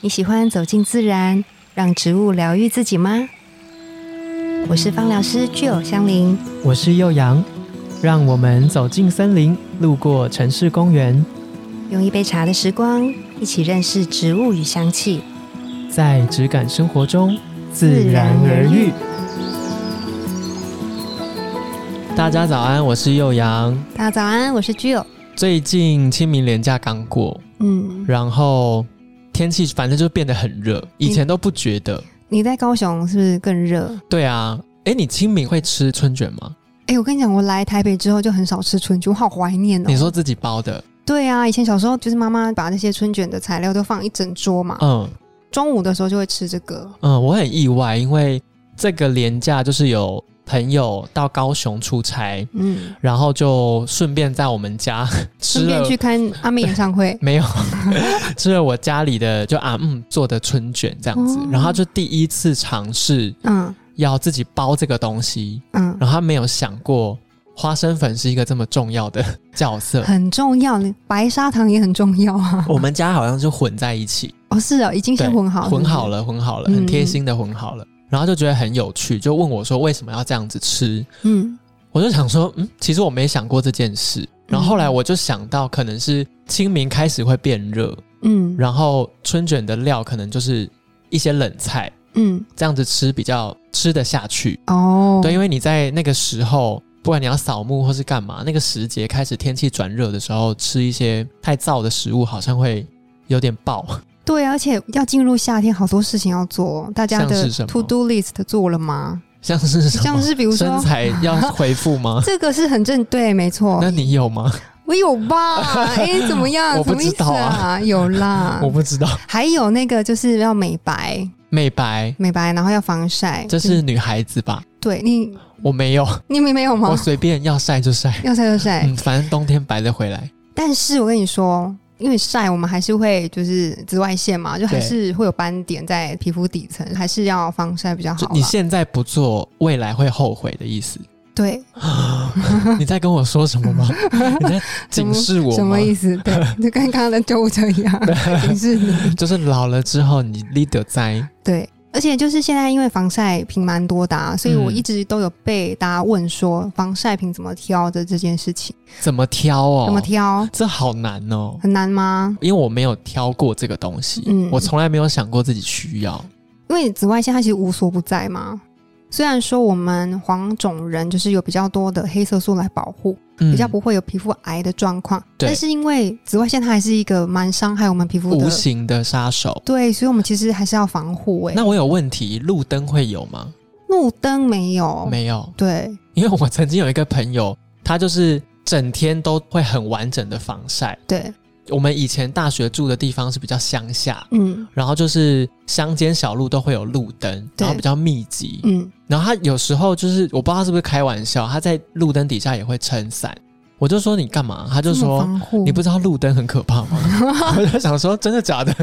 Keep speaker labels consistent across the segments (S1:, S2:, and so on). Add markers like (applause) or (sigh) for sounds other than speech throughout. S1: 你喜欢走进自然，让植物疗愈自己吗？我是芳疗师具有香林，
S2: 我是幼阳，让我们走进森林，路过城市公园，
S1: 用一杯茶的时光，一起认识植物与香气。
S2: 在质感生活中自然而愈。大家早安，我是幼阳。
S1: 大家早安，我是具有。
S2: 最近清明连假刚过，
S1: 嗯，
S2: 然后天气反正就变得很热，以前都不觉得。
S1: 你在高雄是不是更热？
S2: 对啊，哎，你清明会吃春卷吗？
S1: 哎、我跟你讲，我来台北之后就很少吃春卷，我好怀念哦。
S2: 你说自己包的，
S1: 对啊，以前小时候就是妈妈把那些春卷的材料都放一整桌嘛，
S2: 嗯
S1: 中午的时候就会吃这个。
S2: 嗯，我很意外，因为这个连假就是有朋友到高雄出差，
S1: 嗯，
S2: 然后就顺便在我
S1: (laughs)
S2: 们家吃
S1: 顺便
S2: 了。
S1: 去看阿妹演唱会
S2: 没有， (laughs) 吃了我家里的就啊嗯做的春卷这样子，
S1: 哦
S2: 然后他就第一次尝试
S1: 嗯
S2: 要自己包这个东西，
S1: 嗯，
S2: 然后他没有想过花生粉是一个这么重要的 (laughs) 角色。
S1: 很重要，白砂糖也很重要啊。
S2: 我们家好像就混在一起，
S1: 哦，是哦，已经
S2: 对
S1: 先混好了，
S2: 混好
S1: 了。
S2: 了，混好了，
S1: 嗯
S2: 很贴心的混好了，然后就觉得很有趣，就问我说为什么要这样子吃，
S1: 嗯，
S2: 我就想说，嗯，其实我没想过这件事。然后后来我就想到，可能是清明开始会变热，
S1: 嗯
S2: 然后春卷的料可能就是一些冷菜，
S1: 嗯，
S2: 这样子吃比较吃得下去。
S1: 哦，
S2: 对，因为你在那个时候，不管你要扫墓或是干嘛，那个时节开始天气转热的时候，吃一些太燥的食物好像会有点爆。
S1: 对，而且要进入夏天，好多事情要做哦，大家
S2: 像
S1: 的
S2: 是什么
S1: to do list 做了吗？
S2: 像是 (laughs) 什么？
S1: 像是比如
S2: 身
S1: 说，？
S2: 材要回复
S1: (laughs)
S2: 吗
S1: 这个是很正对，没错
S2: 那，你有吗？
S1: 我有
S2: (laughs)
S1: 吧？哎，怎么样？
S2: 我不
S1: 什么意
S2: 知
S1: 思
S2: 道啊
S1: 啊？
S2: (laughs)
S1: 有啦
S2: 我，不知道。
S1: 还有那个就是要美白，
S2: 美白，
S1: 美白，然后要防晒，
S2: 这是女孩子吧？
S1: 对你，
S2: 我没有，
S1: 你们没有吗
S2: 我？随便要晒就晒。
S1: 要晒就晒，
S2: 嗯，反正冬天白得回来。
S1: 但是我跟你说，因为晒我们还是会就是紫外线嘛，就还是会有斑点在皮肤底层，还是要防晒比较好
S2: 就
S1: 啦。
S2: 你现在不做，未来会后悔的意思。
S1: 对 (laughs)
S2: 你在跟我说什么吗？你在警示我
S1: 什
S2: 吗
S1: 么？意
S2: (laughs)
S1: 思？对，就跟刚刚的救护车一样，警示你。
S2: 就是老了之后你立得灾，
S1: 对，而且就是现在因为防晒品蛮多的、啊，所以我
S2: 嗯
S1: 一直都有被大家问说防晒品怎么挑的这件事情，
S2: 怎么挑哦？
S1: 怎么？挑
S2: 这好难哦，
S1: 很难吗？
S2: 因为我没有挑过这个东西，
S1: 嗯
S2: 我从来没有想过自己需要。
S1: 因为紫外线它其实无所不在嘛。虽然说我们黄种人就是有比较多的黑色素来保护，
S2: 嗯
S1: 比较不会有皮肤癌的状况。
S2: 对
S1: 但是因为紫外线它还是一个蛮伤害我们皮肤
S2: 无
S1: 的，
S2: 形的杀手。
S1: 对，所以我们其实还是要防护、欸。
S2: 那我有问题，路灯会有吗？
S1: 路灯没有，
S2: 没有，
S1: 对，
S2: 因为我曾经有一个朋友，他就是整天都会很完整的防晒。
S1: 对，
S2: 我们以前大学住的地方是比较乡下，
S1: 嗯
S2: 然后就是乡间小路都会有路灯，
S1: 对
S2: 然后比较密集。
S1: 嗯，
S2: 然后他有时候就是我不知道他是不是开玩笑，他在路灯底下也会撑伞。我就说你干嘛？他就
S1: 这么
S2: 说
S1: 防护
S2: 你不知道路灯很可怕吗？ (laughs) 我就想说真的假的？ (laughs)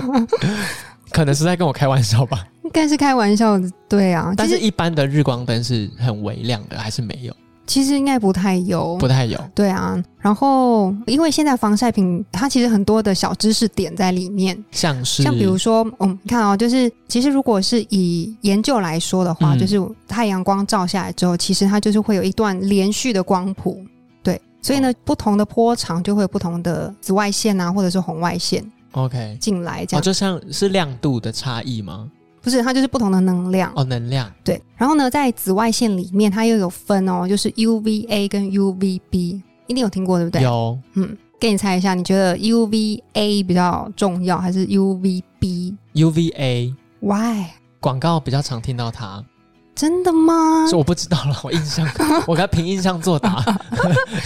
S2: 可能是在跟我开玩笑吧。
S1: 应该是开玩笑的，对啊。
S2: 但
S1: 其
S2: 是
S1: 实
S2: 一般的日光灯是很微亮的，还是没有？
S1: 其实应该不太有。
S2: 不太有。
S1: 对啊，然后因为现在防晒品它其实很多的小知识点在里面，
S2: 像是
S1: 像比如说，嗯，你看哦，就是其实如果是以研究来说的话，
S2: 嗯
S1: 就是太阳光照下来之后，其实它就是会有一段连续的光谱，对，所
S2: 哦
S1: 以呢，不同的波长就会有不同的紫外线啊，或者是红外线
S2: OK，
S1: 进来，这
S2: 哦，
S1: 样、
S2: 就像嗯是亮度的差异吗？
S1: 不是它就是不同的能量，
S2: 哦，能量
S1: 对。然后呢，在紫外线里面，它又有分哦，就是 UVA 跟 UVB，一定有听过对不对？
S2: 有
S1: 嗯，给你猜一下，你觉得 UVA 比较重要还是 UVB？Why？
S2: UVA 广告比较常听到它，
S1: 真的吗？
S2: 所以我不知道了，我印象我该凭印象作 (laughs) 答。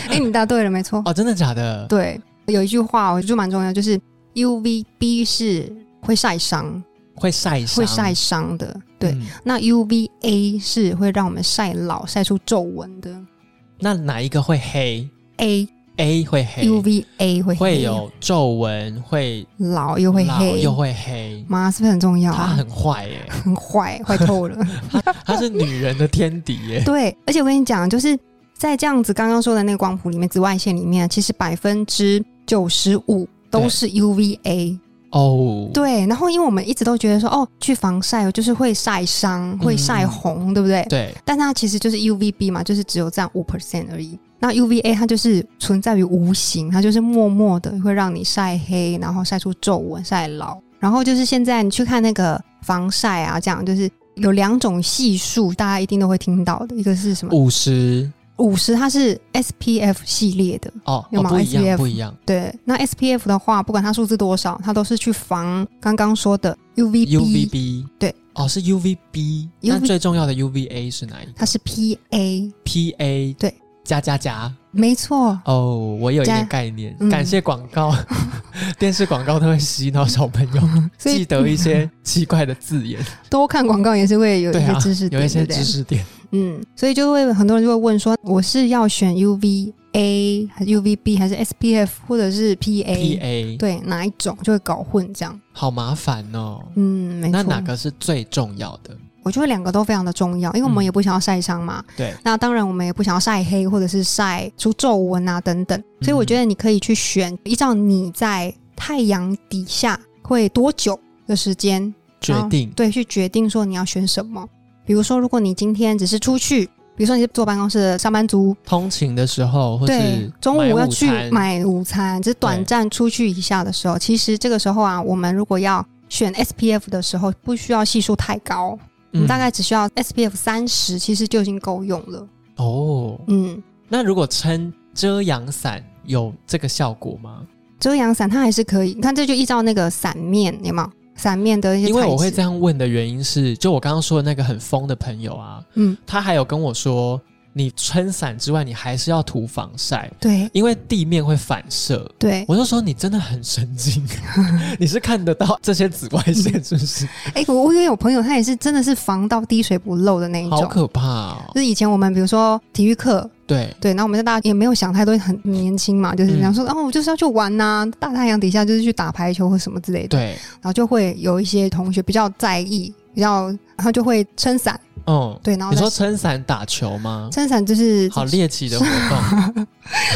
S1: 哎、你答对了，没错。
S2: 哦，真的假的？
S1: 对，有一句话我觉得蛮重要，就是 UVB 是会晒伤、
S2: 会晒伤，
S1: 会晒伤的。对，
S2: 嗯
S1: 那 UVA 是会让我们晒老、晒出皱纹的。
S2: 那哪一个会黑
S1: A
S2: ？A 会黑
S1: UVA 会
S2: 会
S1: 黑
S2: 有皱纹，会
S1: 老又会
S2: 老
S1: 黑，
S2: 又会黑。
S1: 妈是不是很重要、
S2: 它
S1: 啊？
S2: 很坏耶、
S1: 很
S2: (laughs)
S1: 坏，坏透了。
S2: 它是女人的天敌耶、 (laughs)
S1: 对，而且我跟你讲，就是在这样子刚刚说的那个光谱里面，紫外线里面，其实百分之九十五都
S2: 对
S1: 是 UVA。
S2: 哦，
S1: 对，然后因为我们一直都觉得说，哦，去防晒就是会晒伤、会晒红，对不对？
S2: 对
S1: 但它其实就是 UVB 嘛，就是只有占五 percent 而已。那 UVA 它就是存在于无形，它就是默默的会让你晒黑，然后晒出皱纹、晒老。然后就是现在你去看那个防晒啊，这样就是有两种系数，大家一定都会听到的，一个是什么？
S2: 五十
S1: 五十，它是 SPF 系列的，
S2: 哦，
S1: 有
S2: 哦
S1: 吗
S2: 不一
S1: SPF
S2: 样，不一样。
S1: 对。那 SPF 的话，不管它数字多少，它都是去防刚刚说的 UVB，,
S2: UVB
S1: 对，
S2: 哦是 UVB，那
S1: UV
S2: 最重要的 UVA 是哪一个？
S1: 它是 PA，
S2: PA
S1: 对
S2: 加加加
S1: 没错。
S2: 哦，我有一
S1: 加
S2: 点概念，
S1: 嗯
S2: 感谢广
S1: (laughs)
S2: 告，电视广告都会洗脑小朋友
S1: 所
S2: 记
S1: 以嗯
S2: 得一些奇怪的字眼，
S1: 多看广告也是会 (laughs) 有一
S2: 对
S1: 些
S2: 啊
S1: 知识，点，
S2: 有一些
S1: 对不对
S2: 知识点，
S1: 嗯，所以就会很多人就会问说，我是要选 UVA 还是 UVB 还是 SPF 或者是 PA？,
S2: PA
S1: 哎对，哪一种就会搞混这样。
S2: 好麻烦哦。
S1: 嗯，没错。
S2: 那哪？个是最重要的？
S1: 我觉得两个都非常的重要，因为我们
S2: 嗯
S1: 也不想要晒伤嘛。
S2: 对，
S1: 那当然，我们也不想要晒黑或者是晒出皱纹啊等等。
S2: 嗯
S1: 所以我觉得你可以去选，依照你在太阳底下会多久的时间，
S2: 决定
S1: 对，去决定说你要选什么。比如说，如果你今天只是出去，比如说你是坐办公室的上班族，
S2: 通勤的时候，或
S1: 对
S2: 是，
S1: 中
S2: 买
S1: 午要
S2: 午
S1: 去
S2: 餐
S1: 买午餐，只是短
S2: 对
S1: 暂出去一下的时候，其实这个时候啊，我们如果要选 SPF 的时候，不需要系数太高，我
S2: 嗯
S1: 们大概只需要 SPF 三十，其实就已经够用了。
S2: 哦。
S1: 嗯，
S2: 那如果撑遮阳伞有这个效果吗？
S1: 遮阳伞它还是可以，你看这就依照那个伞面，有没有？伞面的一些
S2: 因为我会
S1: 材质
S2: 这样问的原因是，就我刚刚说的那个很疯的朋友啊，
S1: 嗯，
S2: 他还有跟我说，你撑伞之外，你还是要涂防晒，
S1: 对
S2: 因为地面会反射。
S1: 对，
S2: 我就说你真的很神经，啊
S1: (laughs)
S2: 你是看得到这些紫外线是不是？
S1: 哎、我我也有朋友，他也是真的是防到滴水不漏的那一
S2: 好
S1: 种。
S2: 可怕哦！
S1: 就是以前我们比如说体育课，
S2: 对，
S1: 对，那我们在大家也没有想太多，很很年轻嘛，就是
S2: 嗯
S1: 想说，哦，我就是要去玩呐、大太阳底下就是去打排球或什么之类的，
S2: 对，
S1: 然后就会有一些同学比较在意，比较，然后就会撑伞，
S2: 嗯，
S1: 对，然后
S2: 你
S1: 再
S2: 说撑伞打球吗？
S1: 撑伞就是
S2: 好猎奇的活
S1: (laughs)
S2: 动，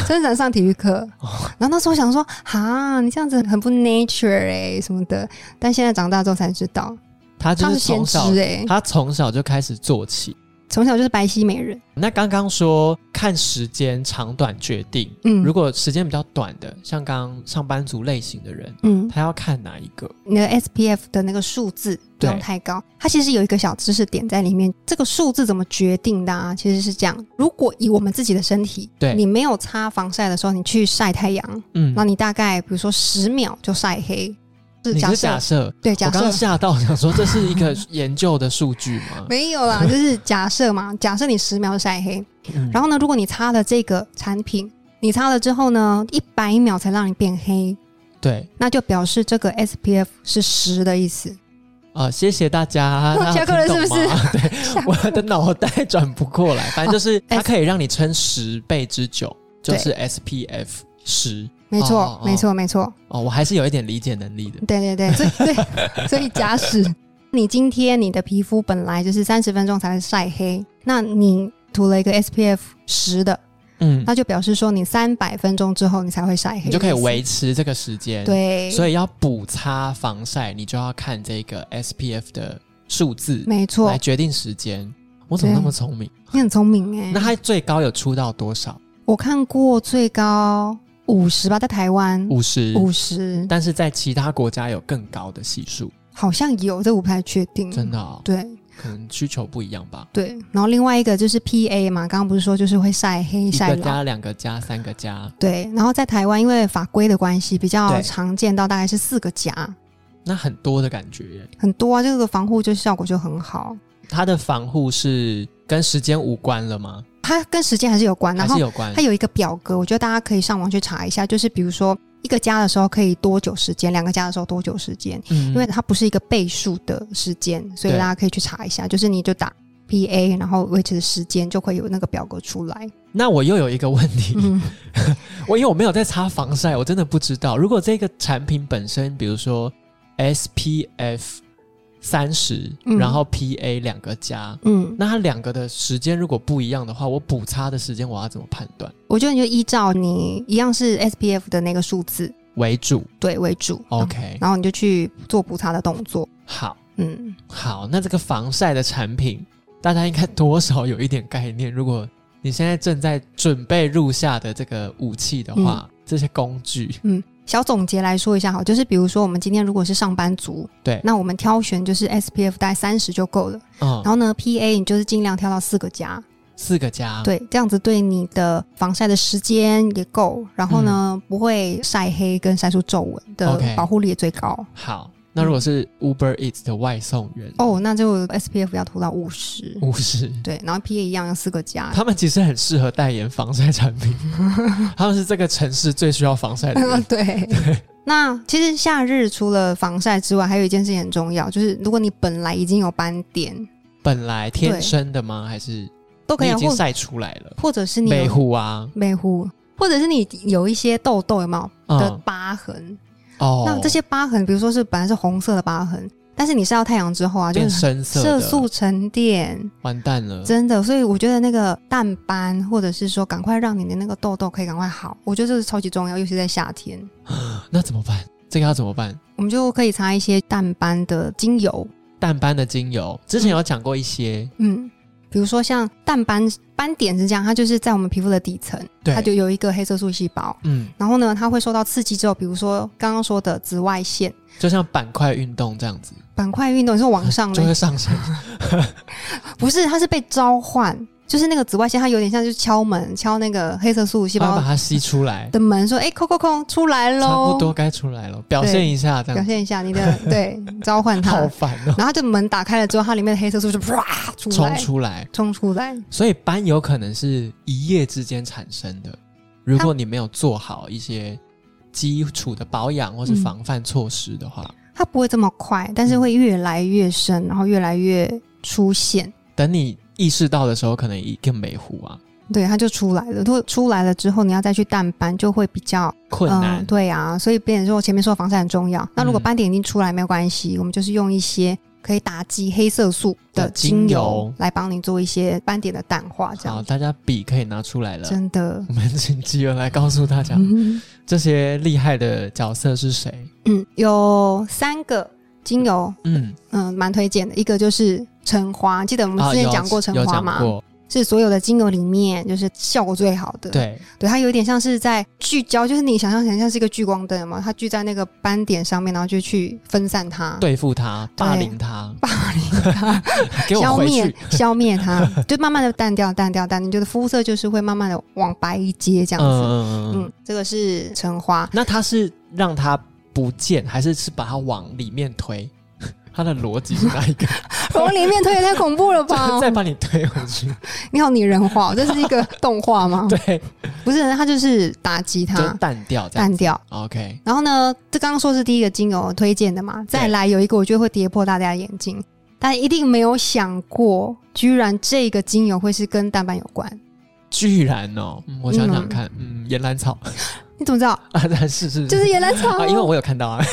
S1: 撑伞上体育课
S2: 哦，
S1: 然后那时候想说，哈，你这样子很不 nature 哎、什么的，但现在长大之后才知道，
S2: 他就
S1: 他
S2: 是
S1: 是先
S2: 从
S1: 知
S2: 小，
S1: 哎、
S2: 他从小就开始做起。
S1: 从小就是白皙美人，
S2: 那刚刚说看时间长短决定，
S1: 嗯，
S2: 如果时间比较短的，像刚刚上班族类型的人，
S1: 嗯，
S2: 他要看哪一个？
S1: 你的 SPF 的那个数字不用
S2: 对
S1: 太高，它其实有一个小知识点在里面。这个数字怎么决定的啊？其实是这样：如果以我们自己的身体，
S2: 对
S1: 你没有擦防晒的时候，你去晒太阳，
S2: 嗯
S1: 那、你大概比如说十秒就晒黑，是
S2: 你
S1: 假
S2: 是
S1: 设
S2: 假设，
S1: 对
S2: 我
S1: 假
S2: 刚刚
S1: 设
S2: 吓到，想说这是一
S1: (laughs)
S2: 个研究的数据吗？
S1: 没有
S2: (laughs)
S1: 啦，就是假设嘛，假设你十秒晒黑，
S2: 嗯
S1: 然后呢，如果你擦了这个产品，你擦了之后呢，一百秒才让你变黑，
S2: 对，
S1: 那就表示这个 SPF 是十的意思。
S2: 啊，谢谢
S1: (laughs)
S2: 大家，
S1: 我
S2: 大
S1: 下
S2: 家
S1: 课了
S2: 听
S1: 是
S2: 懂
S1: 不是
S2: 吗？ (laughs) 对，我的脑袋转不
S1: (laughs)
S2: 过来，反正就是它
S1: 哦
S2: 可以让你撑十倍之久，就
S1: 对
S2: 是 SPF 十。
S1: 没错，
S2: 哦哦
S1: 没错，没错。
S2: 哦，我还是有一点理解能力的。
S1: 对对对，所以
S2: (laughs)
S1: 对，所以假使你今天你的皮肤本来就是三十分钟才会晒黑，那你涂了一个 SPF 十的，
S2: 嗯，
S1: 那就表示说你三百分钟之后你才会晒黑，
S2: 你就可以维持这个时间。，
S1: 对，
S2: 所
S1: 以
S2: 以要补擦防晒，你就要看这个 SPF 的数字
S1: 没错
S2: 来，决定时间。我怎么
S1: 对
S2: 那么聪明？
S1: 你很聪明哎、
S2: 那它最高有出到多少？
S1: 我看过最高五十吧，在台湾
S2: 五十。
S1: 嗯五十，
S2: 但是在其他国家有更高的系数，
S1: 好像有，这我不太确定，
S2: 真的、哦，
S1: 嗯对。
S2: 可能需求不一样吧。
S1: 对，然后另外一个就是 PA 嘛，刚刚不是说就是会晒黑
S2: 一
S1: 晒
S2: 个
S1: 老，
S2: 加两个加三个加，
S1: 对，然后在台湾因为法规的关系，比较
S2: 对
S1: 常见到大概是四个甲，
S2: 那很多的感觉耶。
S1: 很多啊，这个防护就效果就很好。
S2: 它的防护是跟时间无关了吗？
S1: 它跟时间还是有关，然
S2: 还
S1: 后
S2: 是有关
S1: 它？有一个表格，我觉得大家可以上网去查一下，就是比如说一个加的时候可以多久时间，两个加的时候多久时间，
S2: 嗯
S1: 因为它不是一个倍数的时间，所以
S2: 对
S1: 大家可以去查一下，就是你就打 PA，然后维持的时间就会有那个表格出来。
S2: 那我又有一个问题，
S1: 嗯，
S2: (laughs) 我因为我没有在擦防晒，我真的不知道。如果这个产品本身，比如说 SPF 三十、
S1: 嗯
S2: 然后 PA 两个加，
S1: 嗯，
S2: 那它两个的时间如果不一样的话，我补擦的时间我要怎么判断？
S1: 我觉得你就依照你一样是 SPF 的那个数字，
S2: 为主。
S1: 对为主。
S2: OK，
S1: 然后你就去做补擦的动作。
S2: 好
S1: 嗯，
S2: 好，那这个防晒的产品，大家应该多少有一点概念。如果你现在正在准备入夏的这个武器的话，
S1: 嗯
S2: 这些工具，
S1: 小总结来说一下好，就是比如说我们今天如果是上班族，
S2: 对
S1: 那我们挑选就是 SPF 大概三十就够了。
S2: 嗯
S1: 然，后呢，PA 你就是尽量挑到四个加，
S2: 四个加，
S1: 对，这样子对你的防晒的时间也够，然后呢、不会晒黑跟晒出皱纹的
S2: 嗯 OK 嗯
S1: 保护力也最高。
S2: 好，那如果是 Uber Eats 的外送员，
S1: 哦，那就 SPF 要涂到五十，
S2: 五十，
S1: 对，然后 PA 一样要四个加。
S2: 他们其实很适合代言防晒产
S1: (laughs)
S2: 品，他们是这个城市最需要防晒的人。 (laughs)
S1: 对。那其实夏日除了防晒之外，还有一件事情很重要，就是如果你本来已经有斑点，
S2: 本来天生的吗？还是
S1: 都可以
S2: 你
S1: 啊，
S2: 已经
S1: 或
S2: 晒出来了？
S1: 或者是你
S2: 美
S1: 有
S2: 户啊，
S1: 美糊，或者是你有一些痘痘有没有的
S2: 嗯，
S1: 疤痕？
S2: 哦，
S1: 那这些疤痕，比如说是本来是红色的疤痕，但是你晒到太阳之后啊，就
S2: 变
S1: 是
S2: 深色
S1: 色
S2: 的，嗯
S1: 素沉淀，
S2: 完蛋了。
S1: 真的。所以我觉得那个淡斑，或者是说赶快让你的那个痘痘可以赶快好，我觉得这是超级重要，尤其在夏天，
S2: 那怎么办？这个要怎么办？
S1: 我们就可以擦一些淡斑的精油，
S2: 淡斑的精油之前有讲过一些，
S1: 嗯。比如说像淡斑斑点是这样，它就是在我们皮肤的底层，
S2: 对，
S1: 它就有一个黑色素细胞。
S2: 嗯，
S1: 然后呢，它会受到刺激之后，比如说刚刚说的紫外线、
S2: 就像板块运动这样子，
S1: 板块运动，你说往上
S2: 就
S1: 的
S2: 会上
S1: (laughs)
S2: 升。
S1: 不是，它是被召唤，就是那个紫外线，它有点像就是敲门，敲那个黑色素细
S2: 然后
S1: 胞
S2: 啊把它吸出
S1: (laughs)
S2: 来，
S1: 的门，说：“哎、扣扣扣，出来喽！”
S2: 差不多该出来了，表现一下这
S1: 表
S2: 样，
S1: 现一下你
S2: (laughs)
S1: 的对召唤它，
S2: 好烦
S1: (laughs)
S2: 哦，
S1: 然后这门打开了之后，它里面的黑色素就啪出
S2: 冲
S1: 来，
S2: 出来。
S1: 冲出来。
S2: 所以斑有可能是一夜之间产生的，如果你没有做好一些基础的保养或是防范措施的话，
S1: 它不会这么快，但
S2: 嗯
S1: 是会越来越深，然后越来越出现。
S2: 等你意识到的时候，可能一定没糊啊，
S1: 对，它就出来了。如果出来了之后，你要再去淡斑，就会比较
S2: 困难。
S1: 嗯。对啊，所以变成说我前面说防晒很重要。那如果
S2: 嗯
S1: 斑点已经出来没有关系，我们就是用一些可以打击黑色素的
S2: 的
S1: 精
S2: 精
S1: 油
S2: 油
S1: 来帮你做一些斑点的淡化，这
S2: 好，
S1: 样
S2: 大家笔可以拿出来了。
S1: 真的。
S2: 我们请基友来告诉大家
S1: 嗯
S2: 这些厉害的角色是谁。
S1: (laughs) 嗯，有三个精油，
S2: 嗯，
S1: 嗯，蛮推荐的。一个就是橙花，记得我们
S2: 啊
S1: 之前
S2: 有
S1: 讲过橙
S2: 有
S1: 花
S2: 讲
S1: 嘛，
S2: 过，
S1: 是所有的精油里面就是效果最好的。，
S2: 对，
S1: 对，嗯它有点像是在聚焦，就是你想象很像是一个聚光灯嘛，它聚在那个斑点上面，然后就去分散它。
S2: 对付他，
S1: 对
S2: 霸凌他，
S1: 霸凌它，
S2: (laughs) 给我
S1: 消
S2: 回
S1: 灭
S2: 去。
S1: 消灭它，就慢慢的淡掉淡掉淡掉，你觉得肤色就是会慢慢的往白一阶这
S2: 嗯
S1: 样子。
S2: 嗯嗯
S1: 嗯
S2: 嗯。，
S1: 这个是橙花，
S2: 那他是让他不见，还是是把他往里面推？ (laughs) 他的逻辑是哪一
S1: (laughs)
S2: 个？
S1: 往里面推也太恐怖了吧！
S2: 再把你推回去？
S1: 你好拟人化哦，这是一个动画吗？
S2: 对，
S1: 不是，它就是打击
S2: 就
S1: 它
S2: 淡掉这
S1: 嗯
S2: 样
S1: 淡
S2: 子。
S1: 掉。
S2: OK，
S1: 然后呢，这刚刚说是第一个精油推荐的嘛，再来有一个我觉得会跌破大家的眼睛，大家一定没有想过，居然这个精油会是跟淡斑有关。
S2: 居然哦，嗯我想想看，嗯，岩兰草 (laughs)
S1: 你怎么知道？
S2: 啊，是是，
S1: 就是野兰草
S2: 啊，因为我有看到啊，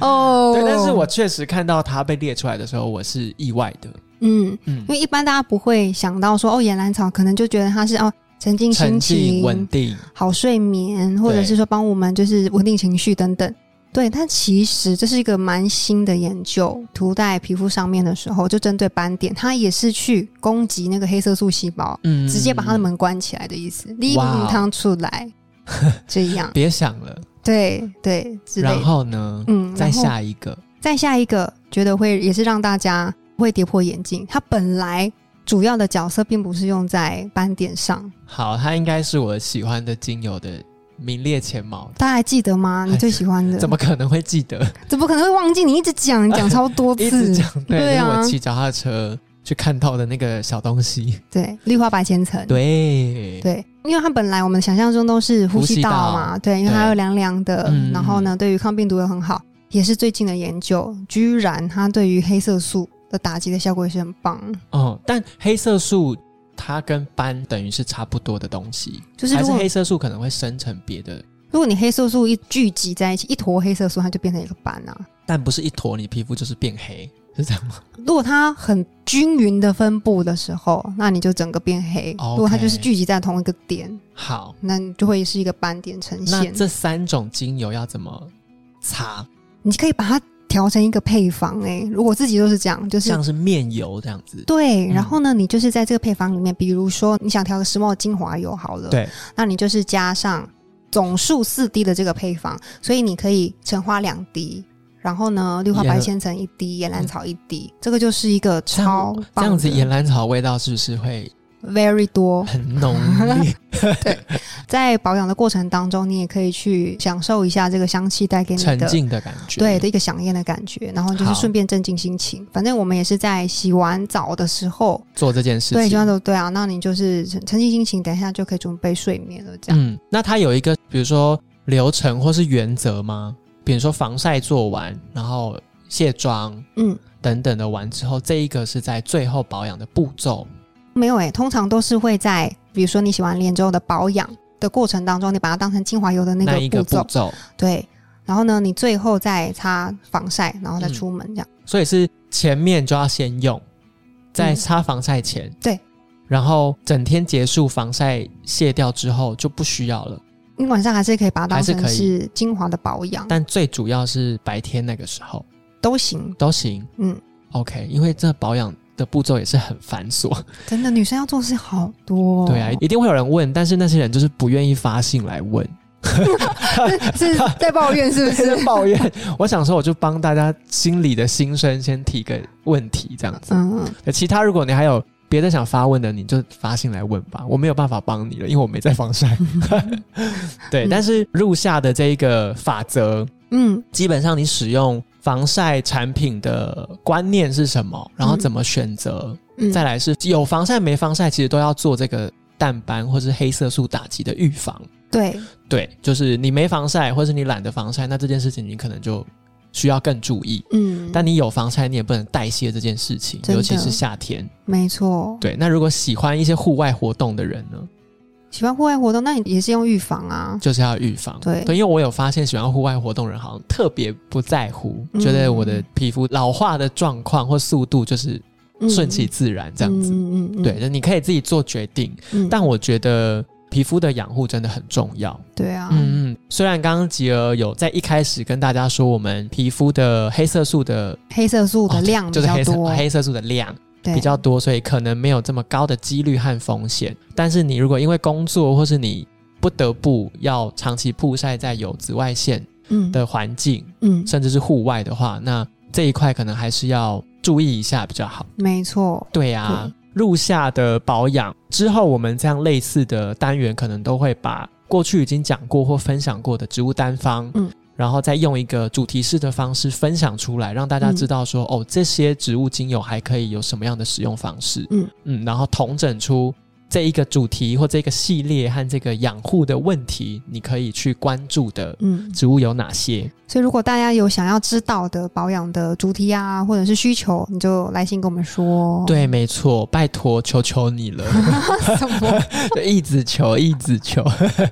S1: 哦。
S2: 对，但是我确实看到它被列出来的时候，我是意外的，
S1: 嗯，
S2: 嗯
S1: 因，为一般大家不会想到说哦，岩兰草可能就觉得它是哦沉浸心
S2: 沉静稳
S1: 情、
S2: 定，
S1: 好睡眠，或者是说帮我们就是稳定情绪等等。对，但其实这是一个蛮新的研究，涂在皮肤上面的时候，就针对斑点，它也是去攻击那个黑色素细胞，
S2: 嗯
S1: 直接把它的，门关起来的意思，立
S2: 哇哦
S1: 马汤出来，这
S2: (laughs)
S1: 样，
S2: 别想了，
S1: 对对之类
S2: 然
S1: 的。
S2: 后呢，
S1: 嗯，
S2: 再
S1: 然后
S2: 下一个，
S1: 再下一个，觉得会也是让大家会跌破眼镜。它本来主要的角色并不是用在斑点上，
S2: 好，它应该是我喜欢的精油的名列前茅，
S1: 大家还记得吗？你最喜欢的？
S2: 哎怎么可能会记得？
S1: 怎么可能会忘记？你一直讲，你讲超多
S2: (laughs) 一直
S1: 次。
S2: 讲，对，
S1: 对
S2: 就是
S1: 啊
S2: 我骑脚踏车去看到的那个小东西，
S1: 对，绿化白千层。
S2: 对，
S1: 对因为它本来我们想象中都是呼吸道嘛，
S2: 呼
S1: 对，因为它
S2: 对
S1: 又凉凉的，
S2: 嗯
S1: 然后呢，对于抗病毒又很好。也是最近的研究，居然它对于黑色素的打击的效果也是很棒。
S2: 哦，但黑色素它跟斑等于是差不多的东西，
S1: 就是
S2: 还
S1: 如
S2: 是
S1: 果
S2: 黑色素可能会生成别的，
S1: 如果你黑色素一聚集在一起，一坨黑色素，它就变成一个斑啊。
S2: 但不是一坨，你皮肤就是变黑。是这样吗？
S1: 如果它很均匀的分布的时候，那你就整个变黑
S2: OK
S1: 如果它就是聚集在同一个点，
S2: 好，
S1: 那你就会是一个斑点呈
S2: 那
S1: 现。
S2: 这三种精油要怎么擦？
S1: 你可以把它调成一个配方、欸。哎，如果自己都是这样，就是
S2: 像是面油这样子。
S1: 对。
S2: 嗯
S1: 然后呢，你就是在这个配方里面，比如说你想调个石墨精华油好了，，
S2: 对，
S1: 那你就是加上总数四滴的这个配方，所以你可以橙花两滴。然后呢，绿化白
S2: 野
S1: 千层一滴，岩兰草一滴，这个就是一个
S2: 这样
S1: 超
S2: 嗯这
S1: 棒
S2: 样子
S1: 的
S2: 岩兰草味道是不是会
S1: very 多，
S2: 很浓
S1: (laughs)
S2: 烈？
S1: 在保养的过程当中，你也可以去享受一下这个香气带给你
S2: 沉
S1: 的。
S2: 静的感觉。
S1: 对的一个响艳的感觉，然后就是
S2: 好
S1: 顺便镇静心情。反正我们也是在洗完澡的时候，
S2: 做这件事情。
S1: 对，洗完澡对啊，那你就是沉沉浸心情，等一下就可以准备睡眠了。这样、
S2: 嗯，那它有一个比如说流程或是原则吗？比如说防晒做完，然后卸妆
S1: 嗯，
S2: 等等的完之后，这一个是在最后保养的步骤。
S1: 没有诶、通常都是会在比如说你洗完脸之后的保养的过程当中，你把它当成精华油的那
S2: 那一
S1: 个
S2: 个
S1: 步骤，
S2: 步骤，
S1: 对。然后呢，你最后再擦防晒，然后再
S2: 嗯
S1: 出门这样。
S2: 所以是前面就要先用，在
S1: 嗯
S2: 擦防晒前，
S1: 对，
S2: 然后整天结束防晒卸掉之后就不需要了，
S1: 你晚上还是可以把它当
S2: 还是
S1: 成
S2: 可以
S1: 是精华的保养，
S2: 但最主要是白天那个时候
S1: 都行。
S2: 都行
S1: 嗯，
S2: ，OK，因为这保养的步骤也是很繁琐，
S1: 真的，女生要做事好多、
S2: 对啊，一定会有人问，但是那些人就是不愿意发信来 (laughs) 问，
S1: (laughs) 是在抱怨是不？
S2: (laughs) 就是抱怨。我想说，我就帮大家心里的心声先提个问题，这样子。
S1: 嗯，嗯
S2: 那其他如果你还有别的想发问的，你就发信来问吧，我没有办法帮你了，因为我没在防 (laughs) 晒。对，
S1: 嗯
S2: 但是入夏的这一个法则，
S1: 嗯，
S2: 基本上你使用防晒产品的观念是什么，然后怎么选择，
S1: 嗯
S2: 再来是有防晒没防晒，其实都要做这个淡斑或是黑色素打击的预防。
S1: 对，
S2: 对，就是你没防晒，或是你懒得防晒，那这件事情你可能就需要更注意。
S1: 嗯，
S2: 但你有防晒，你也不能代谢这件事情，
S1: 真的
S2: 尤其是夏天。
S1: 没错，
S2: 对，那如果喜欢一些户外活动的人呢，
S1: 喜欢户外活动，那你也是用预防啊。
S2: 就是要预防。
S1: 对
S2: 因为我有发现，喜欢户外活动的人好像特别不在乎，
S1: 嗯
S2: 觉得我的皮肤老化的状况或速度就是
S1: 嗯
S2: 顺其自然这样子。
S1: 嗯嗯嗯，
S2: 对，就你可以自己做决定，
S1: 嗯
S2: 但我觉得皮肤的养护真的很重要。
S1: 对啊，嗯
S2: 嗯嗯，虽然刚刚吉儿有在一开始跟大家说，我们皮肤的黑色素的
S1: 黑色素的量
S2: 哦
S1: 比
S2: 就是
S1: 较
S2: 黑色
S1: 多，
S2: 黑色素的量
S1: 对
S2: 比较多，所以可能没有这么高的几率和风险。但是你如果因为工作或是你不得不要长期曝晒在有紫外线
S1: 嗯
S2: 的环境，
S1: 嗯，
S2: 甚至是户外的话，那这一块可能还是要注意一下比较好。
S1: 没错，
S2: 对啊，入夏的保养之后，我们这样类似的单元可能都会把过去已经讲过或分享过的植物单方，
S1: 嗯
S2: 然后再用一个主题式的方式分享出来，让大
S1: 嗯
S2: 家知道说、哦，这些植物精油还可以有什么样的使用方式，
S1: 嗯
S2: 嗯，然后统整出。这一个主题或这个系列和这个养护的问题，你可以去关注的
S1: 嗯，
S2: 植物有哪些？
S1: 所以如果大家有想要知道的保养的主题啊，或者是需求，你就来信跟我们说。，
S2: 对，没错，拜托，求求你了。
S1: (laughs) 什么？
S2: (laughs) 就一直求，一直求， (laughs)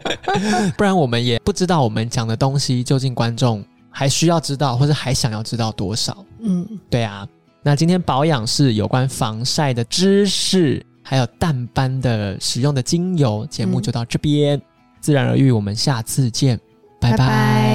S2: 不然我们也不知道我们讲的东西究竟观众还需要知道，或者还想要知道多少。
S1: 嗯，
S2: 对啊，那今天保养是有关防晒的知识，还有淡斑的使用的精油，节目就到这边，自然而愈，我们下次见，拜
S1: 拜
S2: 拜